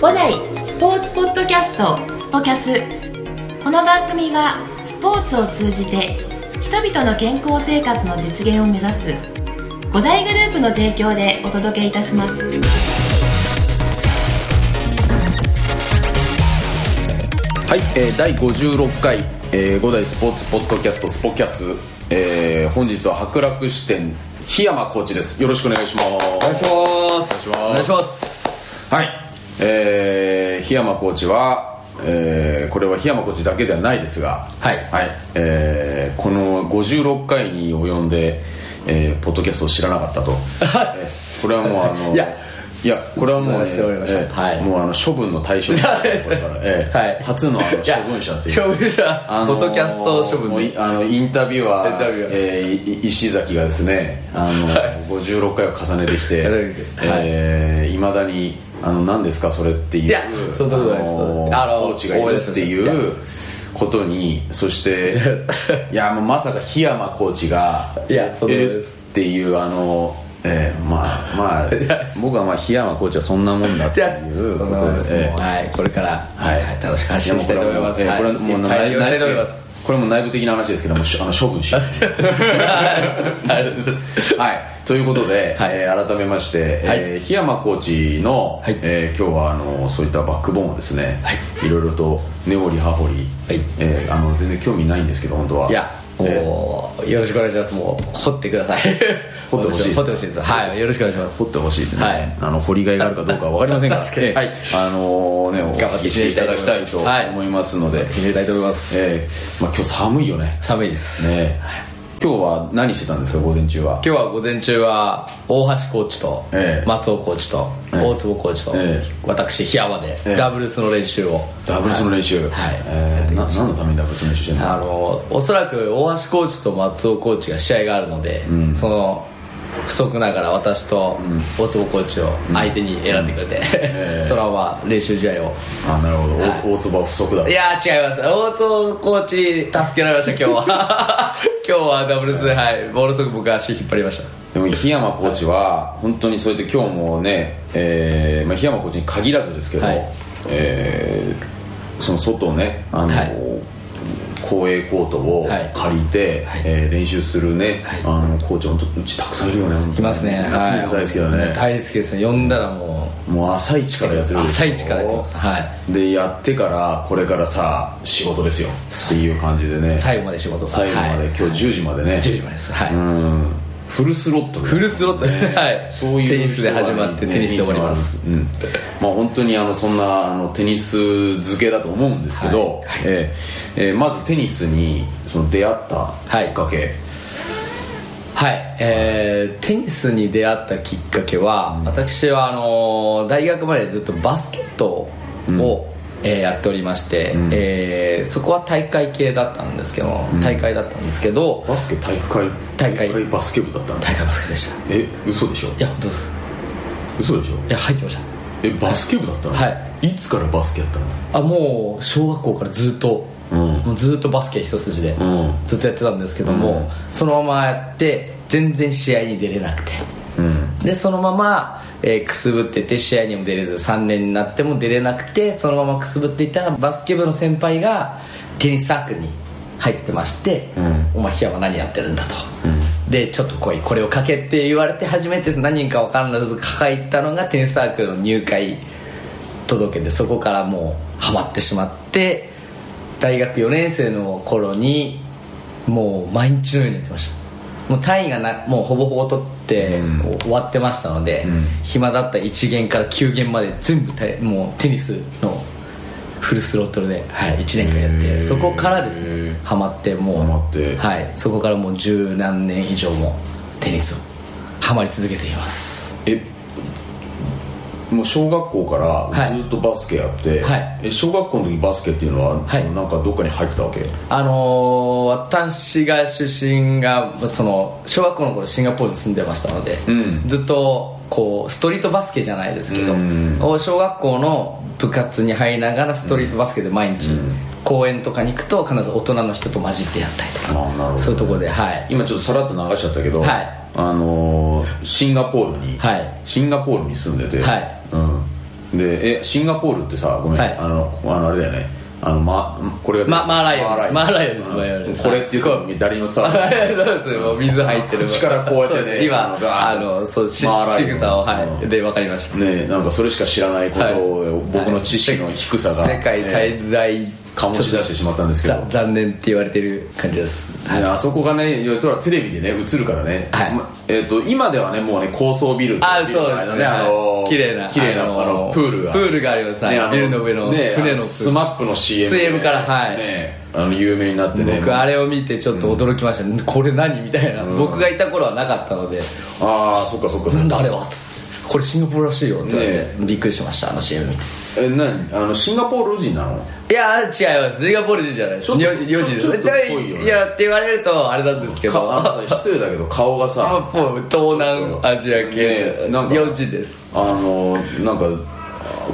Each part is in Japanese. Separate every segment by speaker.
Speaker 1: 五代スポーツポッドキャストスポキャスこの番組はスポーツを通じて人々の健康生活の実現を目指す五大グループの提供でお届けいたします
Speaker 2: はい、えー、第56回、えー、五代スポーツポッドキャストスポキャス、えー、本日は博楽支店檜山コーチですよろしくお願いしま
Speaker 3: お願い
Speaker 2: す
Speaker 3: します
Speaker 2: お願いします
Speaker 3: ます
Speaker 2: はい、えー、檜山コーチは、えー、これは檜山コーチだけではないですが
Speaker 3: はい
Speaker 2: はいえー、この56回に及んで、えー、ポッドキャストを知らなかった とえーこれはもうあの
Speaker 3: いや
Speaker 2: いやこれはもうね、
Speaker 3: お伝えしておりました
Speaker 2: えー
Speaker 3: はい
Speaker 2: もうあの処分の対象です これからえー
Speaker 3: はい
Speaker 2: 初のあの処
Speaker 3: や
Speaker 2: 分者という
Speaker 3: 処分者
Speaker 2: あ
Speaker 3: フ
Speaker 2: のー
Speaker 3: ォトキャスト処
Speaker 2: もう
Speaker 3: 分
Speaker 2: いあのインタビュアー
Speaker 3: インタビュアー
Speaker 2: えーい石崎がですねあの、56回を重ねてきて
Speaker 3: はい
Speaker 2: えーいま、だにあの何ですかそれっていう
Speaker 3: いやそんなことないです
Speaker 2: のー
Speaker 3: あの
Speaker 2: コーチがいるって
Speaker 3: 思い
Speaker 2: いうことにそしていやもうまさか檜山コーチが
Speaker 3: いやそんなことないです
Speaker 2: っていうあのえーまあまあ 僕はまあ檜山コーチはそんなもんだっていうこ
Speaker 3: そんなこと
Speaker 2: と
Speaker 3: です
Speaker 2: で、えー
Speaker 3: もうはいこれから
Speaker 2: はい、
Speaker 3: はい楽しく発信したいと思います
Speaker 2: やもうこれはもう、
Speaker 3: はい
Speaker 2: えーこれはもう内
Speaker 3: いっぱい利用したいと思います
Speaker 2: これも内部的な話ですけども、しあの処分しよ うはい、ということで、
Speaker 3: はい
Speaker 2: えー改めまして、
Speaker 3: はい
Speaker 2: えー檜山コーチの、
Speaker 3: はい
Speaker 2: えー今日はあのそういったバックボーンをですね、い、ろいろと根掘り葉掘り、
Speaker 3: はい
Speaker 2: えーあの全然興味ないんですけど、本当は。
Speaker 3: いや
Speaker 2: えー
Speaker 3: もうよろしくお願いしますもう掘ってください
Speaker 2: 掘ってほしいです
Speaker 3: 掘ってほしいですはいよろしくお願いします
Speaker 2: 掘ってほしいですね、
Speaker 3: はい
Speaker 2: あの掘りがいがあるかどうかは分かりませんが
Speaker 3: 確かに
Speaker 2: えー
Speaker 3: はい
Speaker 2: あのねお
Speaker 3: 頑
Speaker 2: 聞
Speaker 3: 張って
Speaker 2: き
Speaker 3: い
Speaker 2: してい
Speaker 3: きた
Speaker 2: た
Speaker 3: いと
Speaker 2: だきたい
Speaker 3: 思います
Speaker 2: と
Speaker 3: はい
Speaker 2: 思いますので、
Speaker 3: 入れたいと思います、
Speaker 2: えーまあ、今日寒いよね
Speaker 3: 寒いです、
Speaker 2: ね今日は何してたんですか午前中は
Speaker 3: 今日は午前中は大橋コーチと
Speaker 2: ええ
Speaker 3: 松尾コーチと
Speaker 2: ええ
Speaker 3: 大坪コーチと
Speaker 2: ええ
Speaker 3: 私檜山
Speaker 2: ええ
Speaker 3: でダブルスの練習を
Speaker 2: ダブルスの練習
Speaker 3: はい
Speaker 2: えーな何のためにダブルスの練習してんの
Speaker 3: あのおそらく大橋コーチと松尾コーチが試合があるので、その不足ながら私と大坪コーチを相手に選んでくれ て、
Speaker 2: ええ
Speaker 3: そのまま練習試合を
Speaker 2: あなるほど大大坪は不足だ
Speaker 3: いやー違います大坪コーチに助けられました今日 は今日はダブルスではいものすごく僕は足引っ張りました
Speaker 2: でも檜山コーチは本当にそうやって今日もねえーまあ檜山コーチに限らずですけど
Speaker 3: はい
Speaker 2: えーその外をねあの
Speaker 3: はい
Speaker 2: 公営コートを
Speaker 3: はい
Speaker 2: 借りて
Speaker 3: はい
Speaker 2: えー練習するね
Speaker 3: はい
Speaker 2: あのコーチ本当うちたくさんいるよね本当に
Speaker 3: いますねは
Speaker 2: やって
Speaker 3: い
Speaker 2: みて大好きだね
Speaker 3: 大好きですね呼んだらも
Speaker 2: もう朝一からやって
Speaker 3: う
Speaker 2: るでしょ
Speaker 3: 朝一からやってますはい
Speaker 2: でやってからこれからさ仕事ですよっていう感じでね
Speaker 3: 最後まで仕事
Speaker 2: 最後まで、
Speaker 3: はい、
Speaker 2: 今日10時までね
Speaker 3: 10時までですはい、
Speaker 2: うんフルスロットル
Speaker 3: フルスロットル、はい
Speaker 2: そういう
Speaker 3: テニスで始まっ
Speaker 2: 人が
Speaker 3: て
Speaker 2: ね
Speaker 3: テニスで終わります、
Speaker 2: テニスで終わるうんまあ本当にあのそんなあのテニス漬けだと思うんですけど、
Speaker 3: はいはい
Speaker 2: えーえーまずテニスにその出会ったきっかけ、
Speaker 3: はい、えー、テニスに出会ったきっかけは、私はあのー大学までずっとバスケットを、えーやっておりまして、えーそこは大会系だったんですけど、大会だったんですけど
Speaker 2: バスケ体育会
Speaker 3: 大会
Speaker 2: 体育バスケ部だったんだ
Speaker 3: 大会バスケでしたい
Speaker 2: え嘘でしょ
Speaker 3: や本当です
Speaker 2: 嘘でしょ
Speaker 3: いや入ってまし
Speaker 2: えバスケ部だったの、、
Speaker 3: はい
Speaker 2: つからバスケやったの
Speaker 3: たあもう小学校からずっと、
Speaker 2: うん
Speaker 3: もうずっとバスケ一筋で、
Speaker 2: うん
Speaker 3: ずっとやってたんですけども、そのままやって全然試合に出れなくて
Speaker 2: うん
Speaker 3: でそのまま、えーくすぶってて試合にも出れず3年になっても出れなくてそのままくすぶっていたらバスケ部の先輩がテニスサークルに入ってまして「
Speaker 2: ん
Speaker 3: お前檜山何やってるんだ」と。でちょっと来いこれをかけって言われて初めて何人か分からず抱えたのがテニスサークルの入会届けでそこからもうハマってしまって大学4年生の頃にもう毎日のようにやってましたもう単位がなもうほぼほぼ取っ
Speaker 2: う
Speaker 3: て、
Speaker 2: ん
Speaker 3: 終わってましたので、
Speaker 2: ん
Speaker 3: 暇だった1限から9限まで全部たもうテニスのフルスロットルで、はい、1年間やっ
Speaker 2: へー
Speaker 3: てそこからですねハマってもう
Speaker 2: ハマって
Speaker 3: はい、そこからもう十何年以上もテニスをハマり続けています
Speaker 2: えもう小学校からずっとバスケやって、
Speaker 3: はい
Speaker 2: え小学校の時バスケっていうのは、
Speaker 3: はい
Speaker 2: なんかどっかに入ってたわけ
Speaker 3: あのー私が出身がその小学校の頃シンガポールに住んでましたので、
Speaker 2: うん
Speaker 3: ずっとこうストリートバスケじゃないですけど、
Speaker 2: うん
Speaker 3: 小学校の部活に入りながらストリートバスケで毎日公園とかに行くと必ず大人の人と混じってやったりと
Speaker 2: あーなるほど
Speaker 3: かそういうところではい
Speaker 2: 今ちょっとさらっと流しちゃったけど、
Speaker 3: はい
Speaker 2: あのーシンガポールに、
Speaker 3: はい
Speaker 2: シンガポールに住んでて、
Speaker 3: はい
Speaker 2: うん、でえシンガポールってさごめん、
Speaker 3: はい
Speaker 2: あのあのあれだよねあのまこれが
Speaker 3: まマーライオンですマーライオンです
Speaker 2: うん
Speaker 3: マーライオンです
Speaker 2: これっていうか誰にも伝わらない
Speaker 3: そうですもう水入ってる
Speaker 2: 口からこうやってね
Speaker 3: そです今あのそうし仕
Speaker 2: マーライオン
Speaker 3: 草をは
Speaker 2: う
Speaker 3: いで分かりました
Speaker 2: ねなんかそれしか知らないことを
Speaker 3: はい
Speaker 2: 僕の知識の低さが
Speaker 3: 世界
Speaker 2: ね
Speaker 3: 最大
Speaker 2: 醸し出してしまったんですけど
Speaker 3: ざ残念って言われてる感じです
Speaker 2: ねあそこがねいわゆるテレビでね映るからね、
Speaker 3: はい
Speaker 2: まえー、と今ではねもうね高層ビル
Speaker 3: あ
Speaker 2: ビル
Speaker 3: そ
Speaker 2: み
Speaker 3: うで
Speaker 2: たい
Speaker 3: す
Speaker 2: な
Speaker 3: ね
Speaker 2: あの
Speaker 3: はい綺麗な
Speaker 2: 綺麗なあの
Speaker 3: ー
Speaker 2: プールが
Speaker 3: プールがありますはい
Speaker 2: ねあ
Speaker 3: ビルの上の
Speaker 2: ね
Speaker 3: 船のプール
Speaker 2: スマップの CM で
Speaker 3: CM からはい
Speaker 2: ねあの有名になってね
Speaker 3: 僕あれを見てちょっと驚きましたねこれ何みたいな
Speaker 2: うん
Speaker 3: 僕がいた頃はなかったので
Speaker 2: ああそっかそっか
Speaker 3: なんだあれはつってこれシンガポールらしいよって言われ
Speaker 2: ね
Speaker 3: てびっくりしましたあの CM 見て
Speaker 2: え何あのシンガポール人なの
Speaker 3: いや違いますシンガポール人じゃないです
Speaker 2: ちょっと
Speaker 3: 日本人日本人で
Speaker 2: ちょっ
Speaker 3: す
Speaker 2: とっぽいよね
Speaker 3: いやって言われるとあれなんですけど
Speaker 2: かあ
Speaker 3: あ
Speaker 2: のさ失礼だけど顔がさ
Speaker 3: もう東南アジア系
Speaker 2: ねなんか
Speaker 3: 日本人です
Speaker 2: あのなんか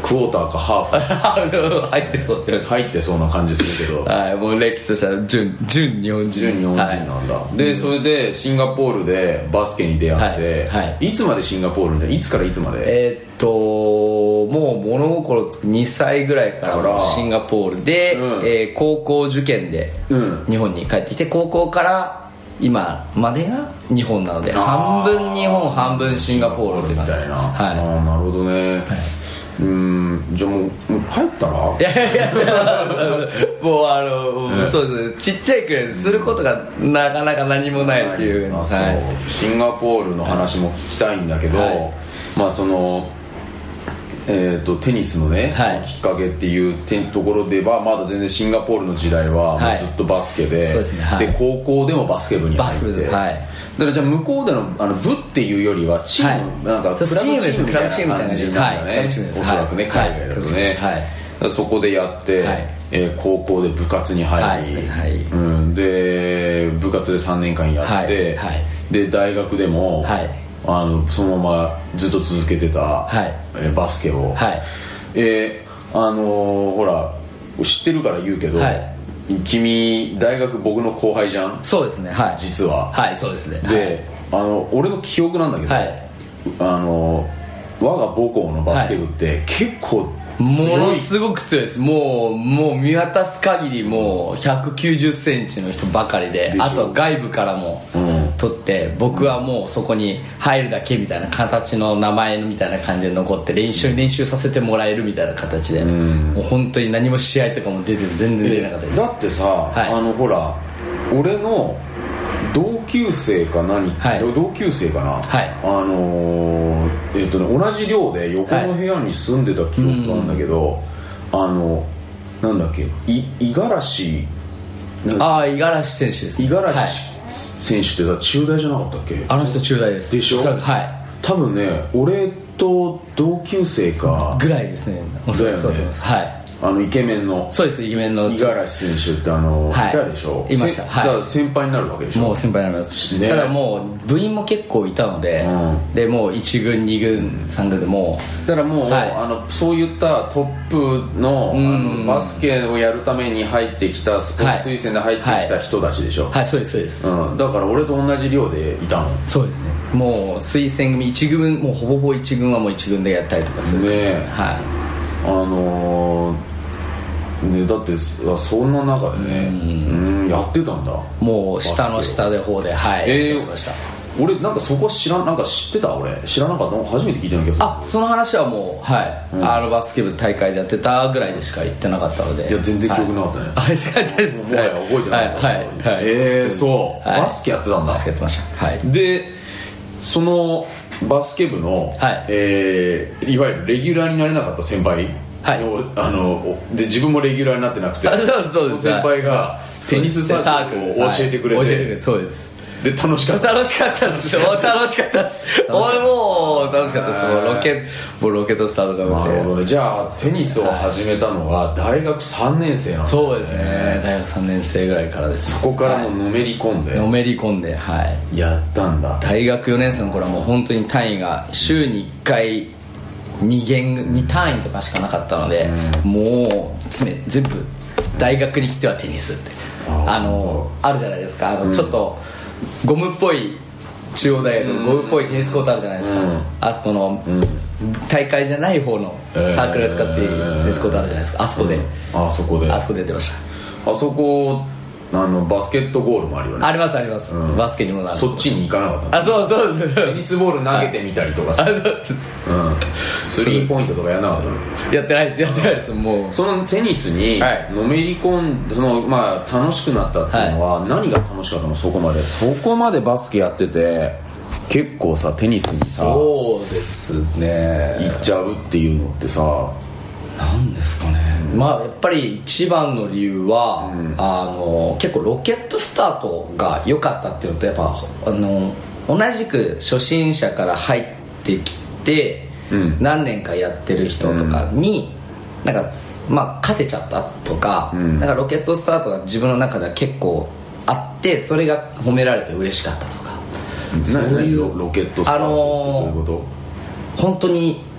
Speaker 2: クォーターかハーフ
Speaker 3: あの入ってそうって言われます
Speaker 2: 入ってそうな感じするけど
Speaker 3: はいもう歴史としたら純純日本人
Speaker 2: 純日本人
Speaker 3: はい
Speaker 2: なんだ、でそれでシンガポールでバスケに出会って、
Speaker 3: はいいは
Speaker 2: つまでシンガポールでいつからいつまで
Speaker 3: えーっともう物心つく2歳ぐらいか
Speaker 2: あら
Speaker 3: らシンガポールで、
Speaker 2: うん
Speaker 3: えー高校受験で
Speaker 2: うん
Speaker 3: 日本に帰ってきて高校から今までが日本なので半分日本半分シンガポールって
Speaker 2: み
Speaker 3: 感じで
Speaker 2: た
Speaker 3: す
Speaker 2: いな、
Speaker 3: はい
Speaker 2: ああなるほどね、うーんじゃあもうもう帰ったら
Speaker 3: いやいやいやもうあの、そうですねちっちゃいくらいですることがなかなか何もないっていう、
Speaker 2: あそう
Speaker 3: はい
Speaker 2: シンガポールの話も聞きたいんだけど、
Speaker 3: はい
Speaker 2: まあそのえー、とテニスのね、
Speaker 3: はい
Speaker 2: きっかけっていうてところではまだ全然シンガポールの時代はも
Speaker 3: は
Speaker 2: う
Speaker 3: い
Speaker 2: ずっとバスケで,、
Speaker 3: そうですねはい
Speaker 2: 高校でもバスケ部に入って
Speaker 3: バスケ部ですはい
Speaker 2: だからじゃあ向こうでのあの部っていうよりはチーム、
Speaker 3: はい
Speaker 2: なんかクラブチームみたいな感じなんだね、
Speaker 3: はいクラブチーム
Speaker 2: お
Speaker 3: です
Speaker 2: そ
Speaker 3: はい
Speaker 2: らくね海外だと
Speaker 3: はいクラブチーム
Speaker 2: ね
Speaker 3: で、すはい
Speaker 2: だからそこでやって、
Speaker 3: はい
Speaker 2: えー高校で部活に入り、
Speaker 3: はいはい
Speaker 2: うん、で部活で3年間やって、
Speaker 3: はいはい
Speaker 2: で大学でも、
Speaker 3: はい
Speaker 2: あのそのままずっと続けてた、
Speaker 3: はい
Speaker 2: えーバスケを、
Speaker 3: はい
Speaker 2: えーあのーほら知ってるから言うけど、
Speaker 3: はい
Speaker 2: 君大学僕の後輩じゃん
Speaker 3: そうですねはい
Speaker 2: 実は、
Speaker 3: はいそうですね
Speaker 2: で、あの俺の記憶なんだけど、
Speaker 3: はい
Speaker 2: あの我が母校のバスケ部って結構強い、
Speaker 3: ものすごく強いですもうもう見渡す限りもう1 9 0ンチの人ばかり
Speaker 2: で
Speaker 3: で
Speaker 2: しょ
Speaker 3: あとは外部からも
Speaker 2: うん
Speaker 3: 取って僕はもうそこに入るだけみたいな形の名前みたいな感じで残って練習に練習させてもらえるみたいな形でもう本当に何も試合とかも出て全然出てなかったです
Speaker 2: だってさ、
Speaker 3: い
Speaker 2: あのほら俺の同級生か何、
Speaker 3: はい
Speaker 2: 同級生かな、
Speaker 3: はい
Speaker 2: あのーえっ、とね同じ寮で横の部屋に住んでた記憶があるんだけど、あのなんだっけい五十嵐
Speaker 3: ああ五十嵐選手です
Speaker 2: 五十
Speaker 3: ねはい
Speaker 2: 嵐選手ってさ中大じゃなかったっけ
Speaker 3: あの人中大です
Speaker 2: でしょ
Speaker 3: おそらくはい
Speaker 2: 多分ね俺と同級生か
Speaker 3: ぐらいですねおそらくそうだと思いますはい
Speaker 2: あのイケメンの
Speaker 3: そうですイケメンの
Speaker 2: 五十嵐選手ってあの、
Speaker 3: はい
Speaker 2: いたでしょ
Speaker 3: いました
Speaker 2: せ
Speaker 3: はい
Speaker 2: だから先輩になるわけでしょ
Speaker 3: もう先輩になります、
Speaker 2: ね
Speaker 3: ただもう部員も結構いたので、
Speaker 2: うん
Speaker 3: でもう1軍2軍3軍でもう
Speaker 2: だからもう、
Speaker 3: はい
Speaker 2: あのそういったトップのあのバスケをやるために入ってきたスポーツ推薦で入ってきた人たちでしょ、
Speaker 3: はいそうですそうです、
Speaker 2: うん、だから俺と同じ寮でいたの
Speaker 3: そうですねもう推薦組1軍もうほぼほぼ1軍はもう1軍でやったりとかするんですね
Speaker 2: ね
Speaker 3: は
Speaker 2: あのーね、だってあそんな中でねうんやってたんだ
Speaker 3: いもう下の下で方ではい
Speaker 2: えー
Speaker 3: やってました
Speaker 2: 俺なんかそこ知らんなんか知ってた俺知らなかった初めて聞いたんだけど
Speaker 3: あその話はもうはい、あのバスケ部大会でやってたぐらいでしか行ってなかったので
Speaker 2: いや全然記憶なかったね、
Speaker 3: はいあれですかです
Speaker 2: もはや覚えてない
Speaker 3: はいはい、はい
Speaker 2: えー、そう、
Speaker 3: はい
Speaker 2: バスケやってたんだ
Speaker 3: バスケやってましたはい
Speaker 2: でそのバスケ部の、
Speaker 3: はい
Speaker 2: えーいわゆるレギュラーになれなかった先輩
Speaker 3: はい
Speaker 2: をあのおで自分もレギュラーになってなくて
Speaker 3: あそうですそうです
Speaker 2: の先輩がテニスサークルを教えてくれて,、
Speaker 3: はい教えてくれそうです
Speaker 2: で楽しかった
Speaker 3: 楽しかったですもう楽しかったですおいもう楽しかったですもうロケもうロケットスターとか
Speaker 2: なるほ
Speaker 3: 見
Speaker 2: ど
Speaker 3: て
Speaker 2: ねじゃあテニスを始めたのが大学3年生なんだ
Speaker 3: そうですね大学3年生ぐらいからです
Speaker 2: そこからも
Speaker 3: は
Speaker 2: うのめり込ん
Speaker 3: い
Speaker 2: で
Speaker 3: のめり込んではい
Speaker 2: やったんだ、
Speaker 3: 大学4年生の頃はもう本当に単位が週に1回2限2単位とかしかなかったので、もう詰め全部大学に来てはテニスって
Speaker 2: あー
Speaker 3: あのあるじゃないですかあの、ちょっとゴムっぽい中央大学のゴムっぽいテニスコートあるじゃないですか、あそこの、大会じゃない方のサークルを使っているテニスコートあるじゃないですかあそこで、
Speaker 2: あそこで
Speaker 3: あ
Speaker 2: あ
Speaker 3: そこで出てました
Speaker 2: そこあのバスケットゴールもあるよ
Speaker 3: あ
Speaker 2: ね
Speaker 3: りますあります、
Speaker 2: ん
Speaker 3: バスケにもなる
Speaker 2: そっちに行かなかったの
Speaker 3: あそうそうそう
Speaker 2: テニスボール投げてみたりとかさ、うん、スリーポイントとかやらなかったの
Speaker 3: やってないですやってないですもう
Speaker 2: そのテニスに
Speaker 3: はい
Speaker 2: のめり込んで、そのまあ楽しくなったっていうのは、何が楽しかったのそこまでそこまでバスケやってて結構さテニスにさ行
Speaker 3: そうですね
Speaker 2: っちゃうっていうのってさ
Speaker 3: なんですかねまあやっぱり一番の理由は、あの結構ロケットスタートが良かったっていうのとやっぱあの同じく初心者から入ってきて、
Speaker 2: うん
Speaker 3: 何年かやってる人とかに、なんかまあ勝てちゃったとか、
Speaker 2: ん
Speaker 3: なんかロケットスタートが自分の中では結構あってそれが褒められて嬉しかったとかそういう
Speaker 2: な何ロロケットスター
Speaker 3: あ
Speaker 2: ト
Speaker 3: の
Speaker 2: ってどうい
Speaker 3: ー
Speaker 2: うこと、
Speaker 3: 本当に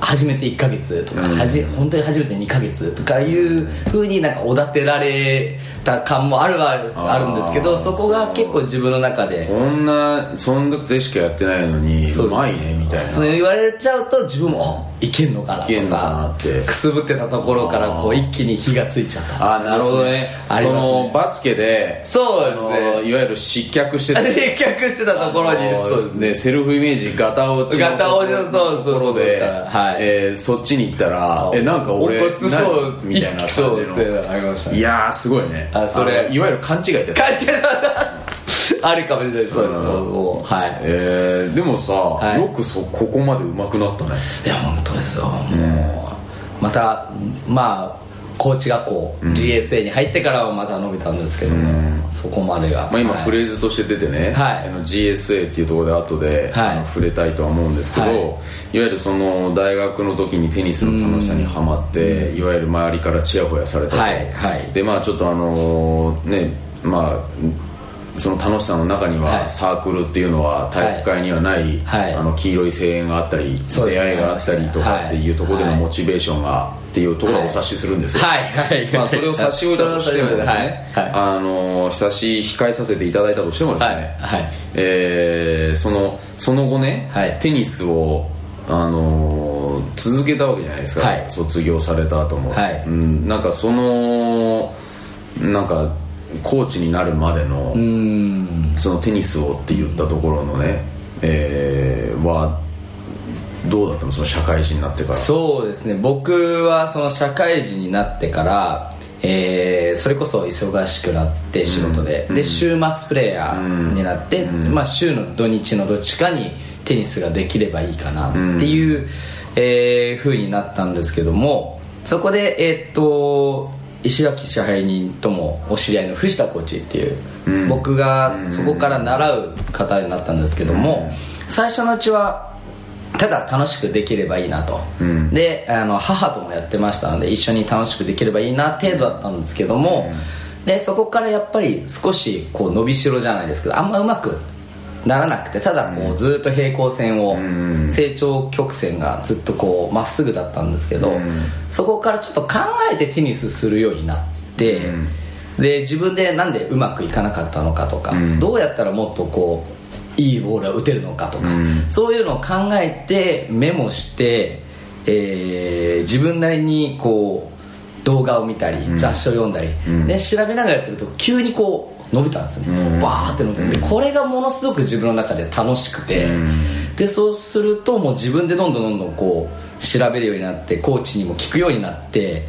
Speaker 3: 初めて1ヶ月とか、はじ本当に初めて2ヶ月とかいうふうになんかおだてられた感もあるはある
Speaker 2: あー
Speaker 3: あるんですけどそこが結構自分の中で
Speaker 2: こんなそんなことしかやってないのに
Speaker 3: そう
Speaker 2: うまいねみたいな
Speaker 3: そう言われちゃうと自分もあいけんのかなと
Speaker 2: いけんのかな
Speaker 3: か
Speaker 2: って
Speaker 3: くすぶってたところからこう一気に火がついちゃった
Speaker 2: あなるほどね
Speaker 3: あり
Speaker 2: そ
Speaker 3: ます
Speaker 2: の
Speaker 3: ね
Speaker 2: バスケで
Speaker 3: そうですね
Speaker 2: あのいわゆる失脚してて
Speaker 3: 接客してたところにそうですね
Speaker 2: ねセルフイメージガタ落ち
Speaker 3: ガタ落ちのそうそう
Speaker 2: ところで、
Speaker 3: はい
Speaker 2: えーそっちに行ったらえなんか俺
Speaker 3: おこつそう
Speaker 2: 何みたいな感じ
Speaker 3: そ
Speaker 2: の
Speaker 3: うですねありましたね
Speaker 2: いやーすごいね
Speaker 3: あそれ
Speaker 2: のいわゆる勘違いって やつ
Speaker 3: 感じだなあるかもしれないそうです
Speaker 2: うん
Speaker 3: もうもうはい
Speaker 2: えーでもさ、
Speaker 3: い
Speaker 2: よくそここまで上手くなったね
Speaker 3: いや本当ですよもうまたまあ高知学校、GSA に入ってからはまた伸びたんですけども、そこまでが、
Speaker 2: まあ、今
Speaker 3: はい
Speaker 2: フレーズとして出てね、
Speaker 3: はい
Speaker 2: あの GSA っていうところで後で、
Speaker 3: はい
Speaker 2: あの触れたいとは思うんですけど、
Speaker 3: はい
Speaker 2: い、わゆるその大学の時にテニスの楽しさにはまって、いわゆる周りからちやほやされたと、
Speaker 3: はいはい
Speaker 2: でまあちょっとあのねまあその楽しさの中には、
Speaker 3: はい
Speaker 2: サークルっていうのは体育会にはない、
Speaker 3: はい
Speaker 2: あの黄色い声援があったり、
Speaker 3: そうで
Speaker 2: 出
Speaker 3: すね
Speaker 2: 会いがあったりとかっていうところでの
Speaker 3: はい
Speaker 2: モチベーションがっていうところをお察しするんですよ、
Speaker 3: はいはい
Speaker 2: まあ、それを差し置いたとして もですね、
Speaker 3: はいは
Speaker 2: あのー差し控えさせていただいたとしてもですね、
Speaker 3: はいはい
Speaker 2: えーそのその後ね、
Speaker 3: はい
Speaker 2: テニスを、あのー続けたわけじゃないですか、
Speaker 3: はい
Speaker 2: 卒業された後も、
Speaker 3: はい
Speaker 2: うん、なんかそのなんかコーチになるまでの
Speaker 3: いうん
Speaker 2: そのテニスをって言ったところのね、えーはどうだったのその社会人になってから
Speaker 3: そうですね僕はその社会人になってから、えーそれこそ忙しくなって仕事で、で週末プレイヤーになって、まあ、週の土日のどっちかにテニスができればいいかなっていう、えー風になったんですけどもそこでえーっと石垣支配人ともお知り合いの藤田コーチっていう、僕がそこから習う方になったんですけども、最初のうちはただ楽しくできればいいなと、であの母ともやってましたので一緒に楽しくできればいいな程度だったんですけども、でそこからやっぱり少しこう伸びしろじゃないですけどあんまうまくならなくてただこうずっと平行線を、成長曲線がずっとこうまっすぐだったんですけど、そこからちょっと考えてテニスするようになって、で自分でなんでうまくいかなかったのかとか、どうやったらもっとこういいボールが打てるのかとか、そういうのを考えてメモして、えー自分なりにこう動画を見たり、雑誌を読んだり、で調べながらやってると急にこう伸びたんですね、バーって伸びて、でこれがものすごく自分の中で楽しくて、でそうするともう自分でどんどんどんどんこう調べるようになってコーチにも聞くようになって、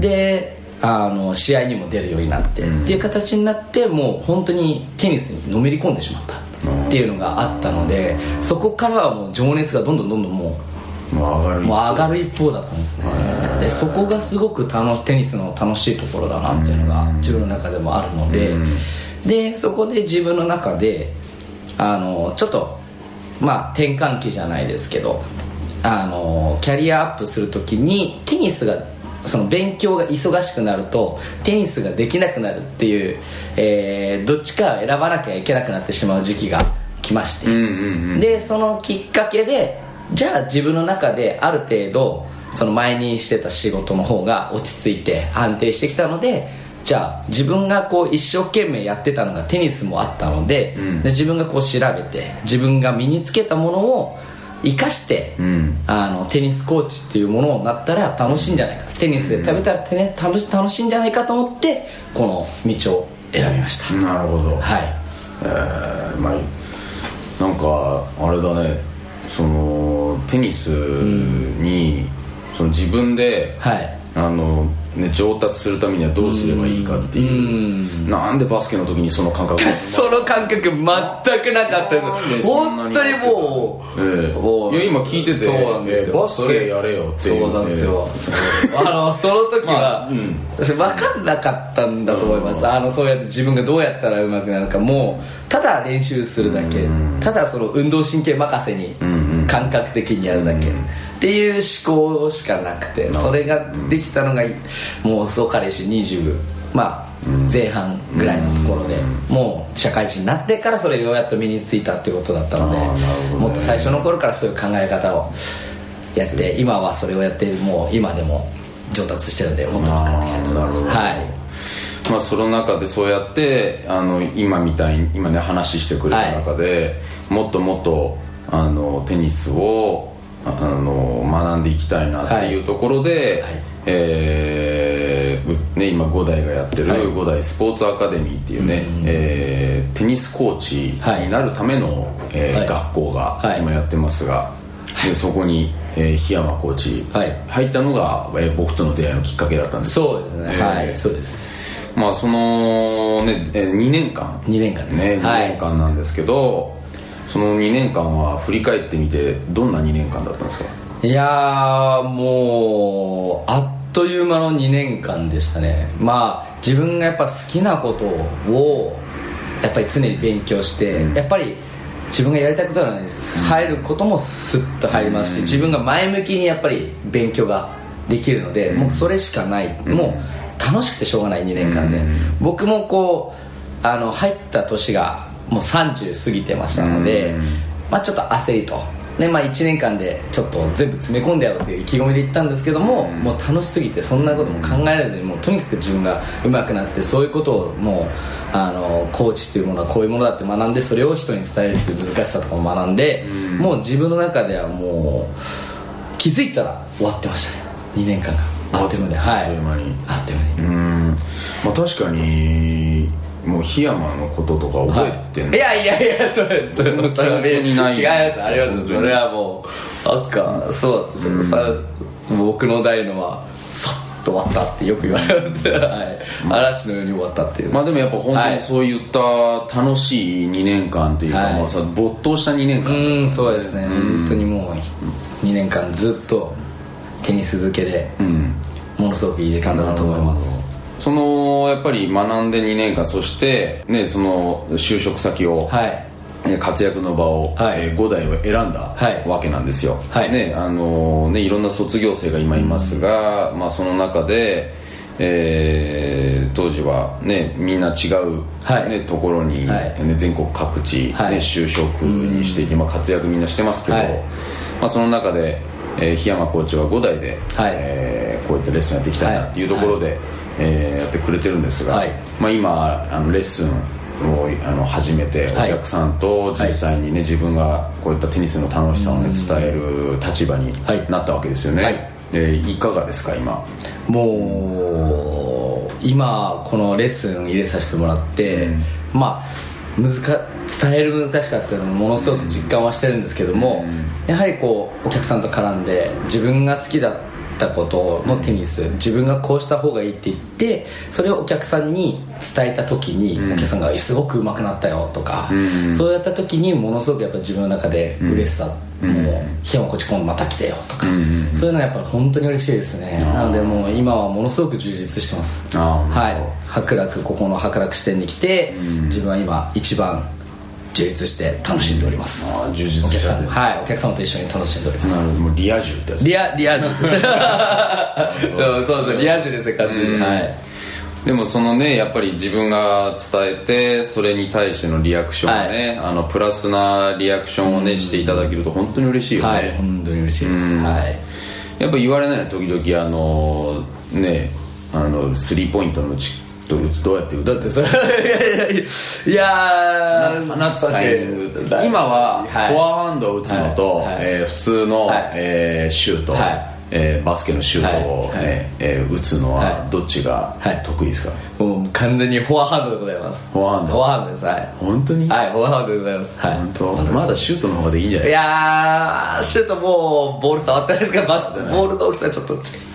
Speaker 3: であの試合にも出るようになって、っていう形になってもう本当にテニスにのめり込んでしまったっていうのがあったのでそこからはもう情熱がどんどんどんどんも
Speaker 2: もう上が
Speaker 3: う
Speaker 2: る
Speaker 3: もう上がる一方だったんですねでそこがすごく楽しテニスの楽しいところだなっていうのが自分の中でもあるのででそこで自分の中であのちょっとまあ転換期じゃないですけどあのキャリアアップするときにテニスがその勉強が忙しくなるとテニスができなくなるっていう、えーどっちかを選ばなきゃいけなくなってしまう時期が来まして、でそのきっかけでじゃあ自分の中である程度その前にしてた仕事の方が落ち着いて安定してきたのでじゃあ自分がこう一生懸命やってたのがテニスもあったので,、
Speaker 2: ん
Speaker 3: で自分がこう調べて自分が身につけたものを生かして、
Speaker 2: うん
Speaker 3: あのテニスコーチっていうものになったら楽しいんじゃないか、テニスで食べたらテニ楽し楽しいんじゃないかと思ってこの道を選びました、
Speaker 2: なるほど
Speaker 3: はい
Speaker 2: えーまあなんかあれだねそのテニスに、その自分で、
Speaker 3: はい
Speaker 2: あのね、上達するためにはどうすればいいかっていう、なんでバスケの時にその感覚が
Speaker 3: その感覚全くなかったで
Speaker 2: なん
Speaker 3: す
Speaker 2: でそんな
Speaker 3: 本当にもう、
Speaker 2: ええ
Speaker 3: もう
Speaker 2: いや今聞いてて
Speaker 3: そうなんですよ
Speaker 2: ええバスケやれよっていうね
Speaker 3: そうなんですよあのその時は、私分かんなかったんだと思います、あのそうやって自分がどうやったら上手くなるかもうただ練習するだけ、ただその運動神経任せに感覚的にやるだけ、っていう思考しかなくてそれができたのがもう総彼氏20まあ前半ぐらいのところでもう社会人になってからそれようやっと身についたってことだったので
Speaker 2: あーなるほどね
Speaker 3: もっと最初の頃からそういう考え方をやって今はそれをやってもう今でも上達してるのでもっと分かってきたと思いま
Speaker 2: あ
Speaker 3: す
Speaker 2: ーな
Speaker 3: は
Speaker 2: るほど
Speaker 3: い
Speaker 2: まあ、その中でそうやってあの今みたいに今ね話してくれた中で、もっともっとあのテニスをああの学んでいきたいなっていうところで、
Speaker 3: はい
Speaker 2: えーうね、今五代がやってる、
Speaker 3: はい
Speaker 2: 五代スポーツアカデミーっていうね、えーテニスコーチになるための、えー
Speaker 3: はい
Speaker 2: 学校が
Speaker 3: はい
Speaker 2: 今やってますが、でそこに、えー檜山コーチ
Speaker 3: はい
Speaker 2: 入ったのが、えー僕との出会いのきっかけだったんです
Speaker 3: そうですね、
Speaker 2: えー
Speaker 3: はいそうです
Speaker 2: まあそのね、え2年間
Speaker 3: 2年間です
Speaker 2: ね、
Speaker 3: はい
Speaker 2: 2年間なんですけど、その2年間は振り返ってみてどんな2年間だったんですか
Speaker 3: いやーもうあっという間の2年間でしたねまあ自分がやっぱ好きなことをやっぱり常に勉強して、やっぱり自分がやりたいことなのに入ることもスッと入りますし、自分が前向きにやっぱり勉強ができるので、もうそれしかない、もう楽しくてしょうがない2年間で、僕もこうあの入った年がもう30過ぎてましたので、
Speaker 2: うん
Speaker 3: まあ、ちょっと焦りと、ねまあ、1年間でちょっと全部詰め込んでやろうという意気込みで行ったんですけども、もう楽しすぎてそんなことも考えられずにもうとにかく自分が上手くなってそういうことをもうあのコーチというものはこういうものだって学んでそれを人に伝えるという難しさとかも学んで、もう自分の中ではもう気づいたら終わってましたね2年間があっという間ではい
Speaker 2: あっという間に
Speaker 3: あっという間に
Speaker 2: うーんまあ確かにもう檜山のこととか覚えてん
Speaker 3: いやいやいやそれそれ
Speaker 2: 僕の
Speaker 3: それ
Speaker 2: 記憶にない
Speaker 3: 違いますありますそれはもうあっかそうだそさ僕の代のはさっと終わったってよく言われます、はい、嵐のように終わったっていう、
Speaker 2: まあでもやっぱ本当にそういった楽しい2年間っていうか、
Speaker 3: はい
Speaker 2: まあ、さ没頭した2年間、
Speaker 3: うんそうですね本当にもう2年間ずっとテニス漬けで、ものすごくいい時間だったと思います
Speaker 2: そのやっぱり学んで2年間そしてねその就職先を、
Speaker 3: はい
Speaker 2: えー活躍の場を、
Speaker 3: はい
Speaker 2: えー五代は選んだ、
Speaker 3: はい
Speaker 2: わけなんですよ、
Speaker 3: はい
Speaker 2: ねあのーねいろんな卒業生が今いますが、まあ、その中で、えー当時は、ね、みんな違う、
Speaker 3: はい
Speaker 2: ね、ところに、
Speaker 3: はい
Speaker 2: ね、全国各地、ね
Speaker 3: はい
Speaker 2: 就職にして今活躍みんなしてますけど、
Speaker 3: はい
Speaker 2: まあ、その中で、えー檜山コーチは五代で、
Speaker 3: はい
Speaker 2: えーこういったレッスンやっていきたいなっていうところで、えーやってくれてるんですが、
Speaker 3: はい
Speaker 2: まあ、今あのレッスンをあの始めてお
Speaker 3: はい
Speaker 2: 客さんと実際にね、自分がこういったテニスの楽しさをね伝える立場に
Speaker 3: はい
Speaker 2: なったわけですよね、
Speaker 3: はい
Speaker 2: えーいかがですか今
Speaker 3: もう今このレッスン入れさせてもらって、まあ難か伝える難しかったのもものすごく実感はしてるんですけども、やはりこうお客さんと絡んで自分が好きだったことのテニス自分がこうした方がいいって言ってそれをお客さんに伝えた時に、お客さんが「すごく上手くなったよ」とか、そうやった時にものすごくやっぱ自分の中で嬉しさ、もう「檜山こっち今度また来てよ」とか、そういうのはやっぱ本当に嬉しいですねなのでもう今はものすごく充実してます
Speaker 2: あー
Speaker 3: はい博楽ここの博楽支店に来て、自分は今一番充実して楽しんでおります
Speaker 2: あー充実
Speaker 3: お
Speaker 2: し
Speaker 3: 客
Speaker 2: ちゃ
Speaker 3: さ
Speaker 2: って
Speaker 3: ん
Speaker 2: る
Speaker 3: はいお客様と一緒に楽しんでおります、
Speaker 2: なるほどもうリア充ってやつ
Speaker 3: リアリア充 ですうんそうそうリア充ですね完全にはい
Speaker 2: でもそのねやっぱり自分が伝えてそれに対してのリアクションがね、あのプラスなリアクションをね、していただけると本当に嬉しいよね、
Speaker 3: はい本当に嬉しいですはい
Speaker 2: やっぱ言われない時々あのねあのスリーポイントのうちと打つどうやって打つ
Speaker 3: だってそれいやー
Speaker 2: 放つタイミング
Speaker 3: 確かに
Speaker 2: 今はフ
Speaker 3: い
Speaker 2: ォアハンドを打つのと、
Speaker 3: はいはい
Speaker 2: えー普通の、
Speaker 3: はい
Speaker 2: えーシュート、
Speaker 3: はい
Speaker 2: えーバスケのシュートを、
Speaker 3: はい
Speaker 2: ねえー打つの
Speaker 3: は
Speaker 2: はいどっちが
Speaker 3: はい
Speaker 2: 得意ですか、
Speaker 3: もう完全にフォアハンドでございます
Speaker 2: フォアハンド
Speaker 3: フォアハンドですはい
Speaker 2: 本当に、
Speaker 3: はいフォアハンドでございますはい
Speaker 2: 本当まだシュートの方がでいいんじゃない
Speaker 3: いやーシュートもうボール触ってないですからバスボールの大きさちょっと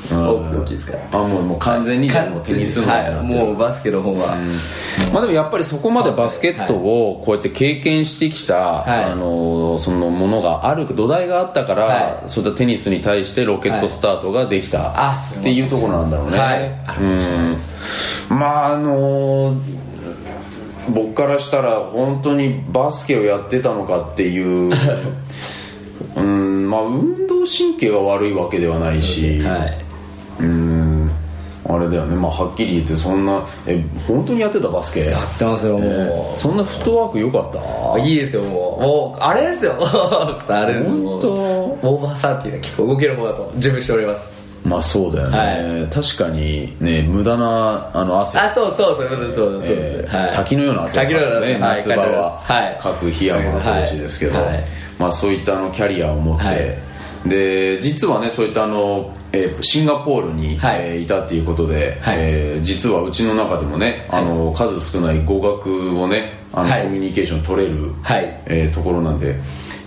Speaker 2: うん
Speaker 3: 大きいですから
Speaker 2: あもうもう完全にもうテニスの方に
Speaker 3: はい
Speaker 2: なってる
Speaker 3: もうバスケの方は
Speaker 2: まあ、でもやっぱりそこまでバスケットをこうやって経験してきた、
Speaker 3: はい
Speaker 2: あのそのものがある土台があったから、
Speaker 3: は
Speaker 2: そういったテニスに対してロケットスタートができた、
Speaker 3: あそれも
Speaker 2: っていうところなんだろうね、
Speaker 3: はいあるかもしれないです
Speaker 2: まああの僕からしたら本当にバスケをやってたのかっていう うんまあ運動神経が悪いわけではないし、
Speaker 3: はい
Speaker 2: うんあれだよね、まあ、はっきり言ってそんなえ本当にやってたバスケ
Speaker 3: やってますよも
Speaker 2: そんなフットワーク良かった
Speaker 3: ういいですよもうもうあれですよあれですも
Speaker 2: 本
Speaker 3: う
Speaker 2: 当
Speaker 3: オーバーサーティーが結構動ける方だと自負しております
Speaker 2: まあそうだよね、確かにね無駄なあの汗
Speaker 3: あそうそうそうそうそうそう
Speaker 2: えー
Speaker 3: はい
Speaker 2: 滝のような汗
Speaker 3: 滝のような汗
Speaker 2: ね
Speaker 3: はい
Speaker 2: 夏場
Speaker 3: かいて
Speaker 2: は
Speaker 3: ますはい
Speaker 2: 各檜山の
Speaker 3: はい
Speaker 2: コーチですけど、
Speaker 3: はい
Speaker 2: まあ、そういったあのキャリアを持って、
Speaker 3: はい
Speaker 2: で実はねそういったあの、えーシンガポールに、
Speaker 3: はい
Speaker 2: えーいたっていうことで、
Speaker 3: はい
Speaker 2: えー実はうちの中でもねあの数少ない語学をねあの、
Speaker 3: はい
Speaker 2: コミュニケーション取れる、
Speaker 3: はい
Speaker 2: えーところなんで、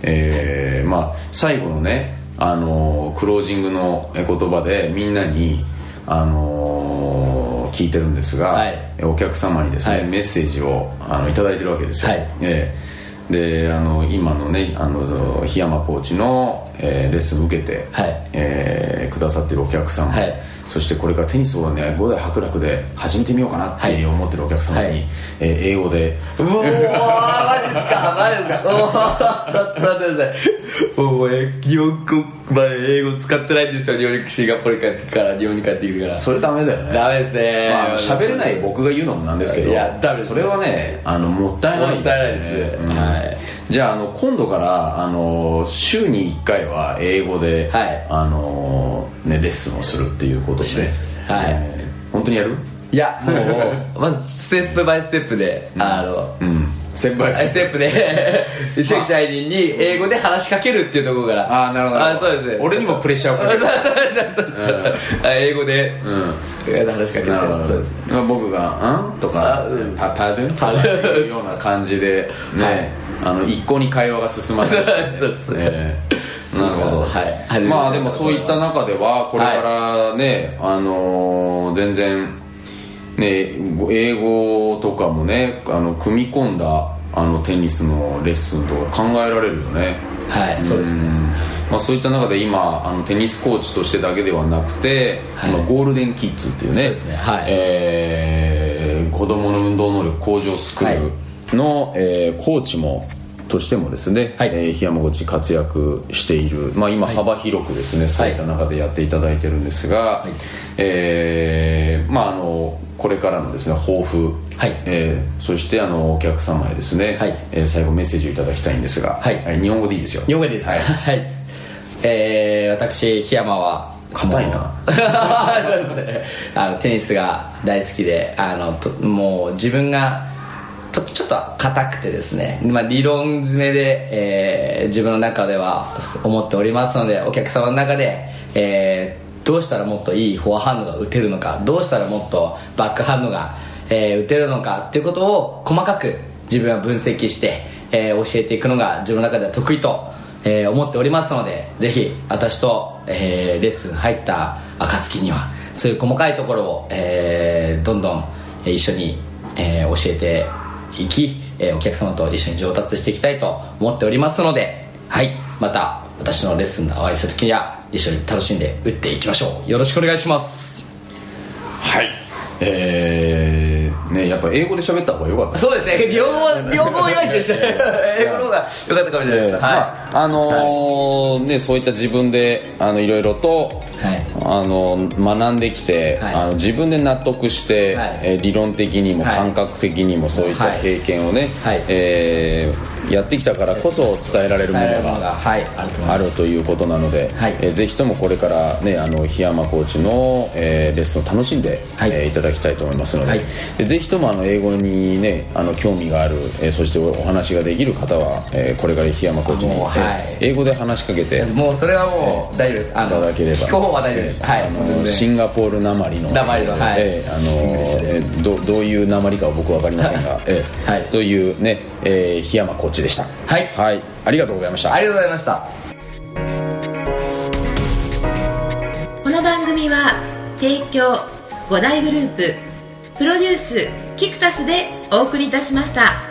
Speaker 2: えーまあ、最後のね、あのークロージングのえー言葉でみんなに、あのー聞いてるんですが、
Speaker 3: はい
Speaker 2: えーお客様にですね、
Speaker 3: はい
Speaker 2: メッセージをあのいただいてるわけですよ、
Speaker 3: はい
Speaker 2: えーであの今のねあの檜山コーチの、えーレッスン受けて、
Speaker 3: はい
Speaker 2: えーくださってるお客様、
Speaker 3: はい
Speaker 2: そしてこれからテニスをね五代伯楽で始めてみようかなって思ってるお客様に、
Speaker 3: はい
Speaker 2: えー英語で
Speaker 3: うおーマジっすかマジっすかおーちょっと待ってくださいもうえ日本語まあ英語使ってないんですよ日本にシンガポール帰ってから日本に帰ってくるから
Speaker 2: それダメだよね
Speaker 3: ダメですね
Speaker 2: まあ喋れない僕が言うのもなんですけど
Speaker 3: いやダメです
Speaker 2: それはねあのもったいない
Speaker 3: もったいないですね
Speaker 2: うん
Speaker 3: はい
Speaker 2: じゃああの今度からあの週に1回は英語で、
Speaker 3: はい
Speaker 2: あのね、レッスンをするっていうことをね
Speaker 3: しないですはい
Speaker 2: えー本当にやる
Speaker 3: いやもうまずステップバイステップで、あの、
Speaker 2: うん先輩
Speaker 3: ステップで一緒に社員に英語で話しかけるっていうところから
Speaker 2: ああなるほど
Speaker 3: あそうですね
Speaker 2: 俺にもプレッシャーを
Speaker 3: あ
Speaker 2: かけ
Speaker 3: そう
Speaker 2: る
Speaker 3: そうそうそうあ英語で、
Speaker 2: うん
Speaker 3: 話しかけ
Speaker 2: なるほ
Speaker 3: る
Speaker 2: ど
Speaker 3: そうです
Speaker 2: まあ僕が「ん?」とか
Speaker 3: あ
Speaker 2: 「パパドゥン?」とかっていうような感じでね、あの一向に会話が進まず
Speaker 3: そうそうそう
Speaker 2: ええなるほど、
Speaker 3: はい
Speaker 2: まあでもそういった中ではこれからね、あのー全然ねご英語とかもねあの組み込んだあのテニスのレッスンとか考えられるよね
Speaker 3: はいそうですね
Speaker 2: んまあ、そういった中で今あのテニスコーチとしてだけではなくて、
Speaker 3: はい
Speaker 2: 今ゴールデンキッズっていうね
Speaker 3: そうですねはい
Speaker 2: えー子どもの運動能力向上スクールの、えーコーチもとしてもですね、
Speaker 3: はい
Speaker 2: えー檜山コーチ活躍している、まあ、今幅広くですね、そういった中でやっていただいてるんですが、
Speaker 3: い
Speaker 2: えーまああのこれからのですね抱負、
Speaker 3: はい
Speaker 2: えーそしてあのお客様へですね、
Speaker 3: はい
Speaker 2: えー最後メッセージをいただきたいんですが、
Speaker 3: はい
Speaker 2: 日本語でいいですよ
Speaker 3: 4回ですはい、はい、えー、私檜山は
Speaker 2: 硬いな
Speaker 3: もうそうです ねあのテニスが大好きであのともう自分がとちょっと硬くてですね、まあ、理論詰めで、えー自分の中では思っておりますのでお客様の中で、えーどうしたらもっといいフォアハンドが打てるのかどうしたらもっとバックハンドが、えー打てるのかっていうことを細かく自分は分析して、えー教えていくのが自分の中では得意と、えー思っておりますのでぜひ私と、えーレッスン入った暁にはそういう細かいところを、えーどんどんえー一緒に、えー教えていき、えーお客様と一緒に上達していきたいと思っておりますのではいまた私のレッスンのお会いした時には一緒に楽しんで打っていきましょうよろしくお願いします
Speaker 2: はいえー、ねやっぱ英語で喋った方が良かった
Speaker 3: そうですね両方両方 いまいちでした英語の方が良かったかもしれないです、はい、
Speaker 2: まああのーね、そういった自分であのいろいろと、
Speaker 3: はい
Speaker 2: あの学んできて、
Speaker 3: はい
Speaker 2: あの自分で納得して、
Speaker 3: はい
Speaker 2: えー理論的にも
Speaker 3: はい
Speaker 2: 感覚的にもそういった
Speaker 3: はい
Speaker 2: 経験をね、
Speaker 3: はい
Speaker 2: えやってきたからこそ伝えられるものが
Speaker 3: はいあると思います
Speaker 2: あるということなので、
Speaker 3: はい
Speaker 2: えーぜひともこれから、ね、あの檜山コーチの、えーレッスンを楽しんで、
Speaker 3: はい
Speaker 2: いえーいただきたいと思いますので、
Speaker 3: はい
Speaker 2: でぜひともあの英語に、ね、あの興味がある、えーそしておお話ができる方は、えーこれから檜山コーチに、
Speaker 3: あもうはい
Speaker 2: えー英語で話しかけてい
Speaker 3: もうそれはもう大丈夫ですあ
Speaker 2: た
Speaker 3: の
Speaker 2: だければ
Speaker 3: 聞く方は大丈夫で
Speaker 2: え
Speaker 3: す、
Speaker 2: ー
Speaker 3: はい
Speaker 2: あの
Speaker 3: 全然
Speaker 2: シンガポールなまりの
Speaker 3: なまりのはい
Speaker 2: えーあのーえーどどういうなまりかは僕は分かりませんが、えー
Speaker 3: はい
Speaker 2: というね、えー檜山コーチでした
Speaker 3: はい
Speaker 2: はい、ありがとうございました
Speaker 3: ありがとうございました
Speaker 1: この番組は提供五大グループプロデュースキクタスでお送りいたしました。